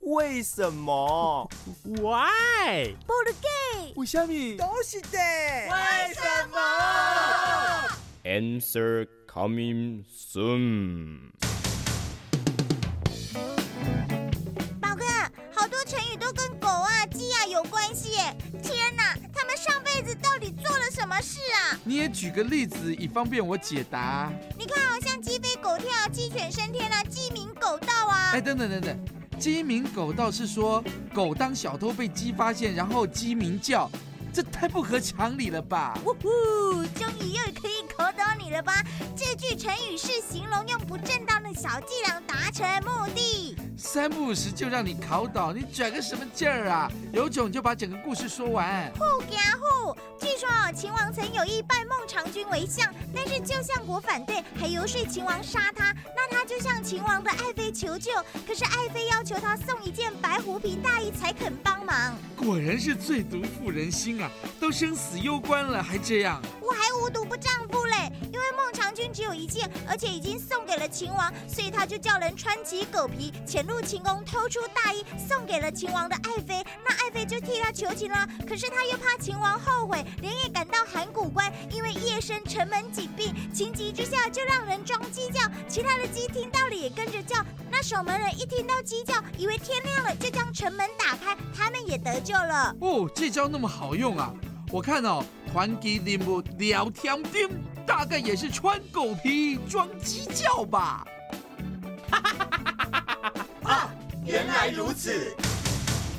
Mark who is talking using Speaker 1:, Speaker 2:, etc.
Speaker 1: 为什么？
Speaker 2: Why？
Speaker 3: 不如给
Speaker 1: 为什么？
Speaker 4: 都是的。为什么？
Speaker 5: Answer coming soon。
Speaker 3: 宝哥，好多成语都跟狗啊、鸡啊有关系耶！天哪，他们上辈子到底做了什么事啊？
Speaker 6: 你也举个例子，以方便我解答。
Speaker 3: 你看啊，像鸡飞狗跳、鸡犬升天啊、鸡鸣狗盗啊
Speaker 6: 哎，，等等等等，鸡鸣狗盗是说狗当小偷被鸡发现，然后鸡鸣叫，这太不合常理了吧？
Speaker 3: 呜呼，终于又可以考倒你了吧？这句成语是形容用不正当的小伎俩达成目的。
Speaker 6: 三不五时就让你考倒，你拽个什么劲儿啊？有种就把整个故事说完。
Speaker 3: 不加护。据说哦，秦王曾有意拜孟尝君为相，但是旧相国反对，还游说秦王杀他。那他就向秦王的爱妃求救，可是爱妃要求他送一件白狐皮大衣才肯帮忙。
Speaker 6: 果然是最毒妇人心啊！都生死攸关了，还这样。
Speaker 3: 我还无毒不丈夫嘞，因为孟尝君只有一件，而且已经送给了秦王，所以他就叫人穿起狗皮，潜入秦宫偷出大衣，送给了秦王的爱妃。那爱妃就替他求情了，可是他又怕秦王后悔，连夜赶到函谷关，因为夜深城门紧闭，情急之下就让人装鸡叫，其他的鸡听到了也跟着叫。那守门人一听到鸡叫，以为天亮了，就将城门打开，他们也得救了。
Speaker 6: 哦，这招那么好用啊！我看哦，团结林木聊天钉，大概也是穿狗皮装鸡叫吧。
Speaker 4: 原来如此。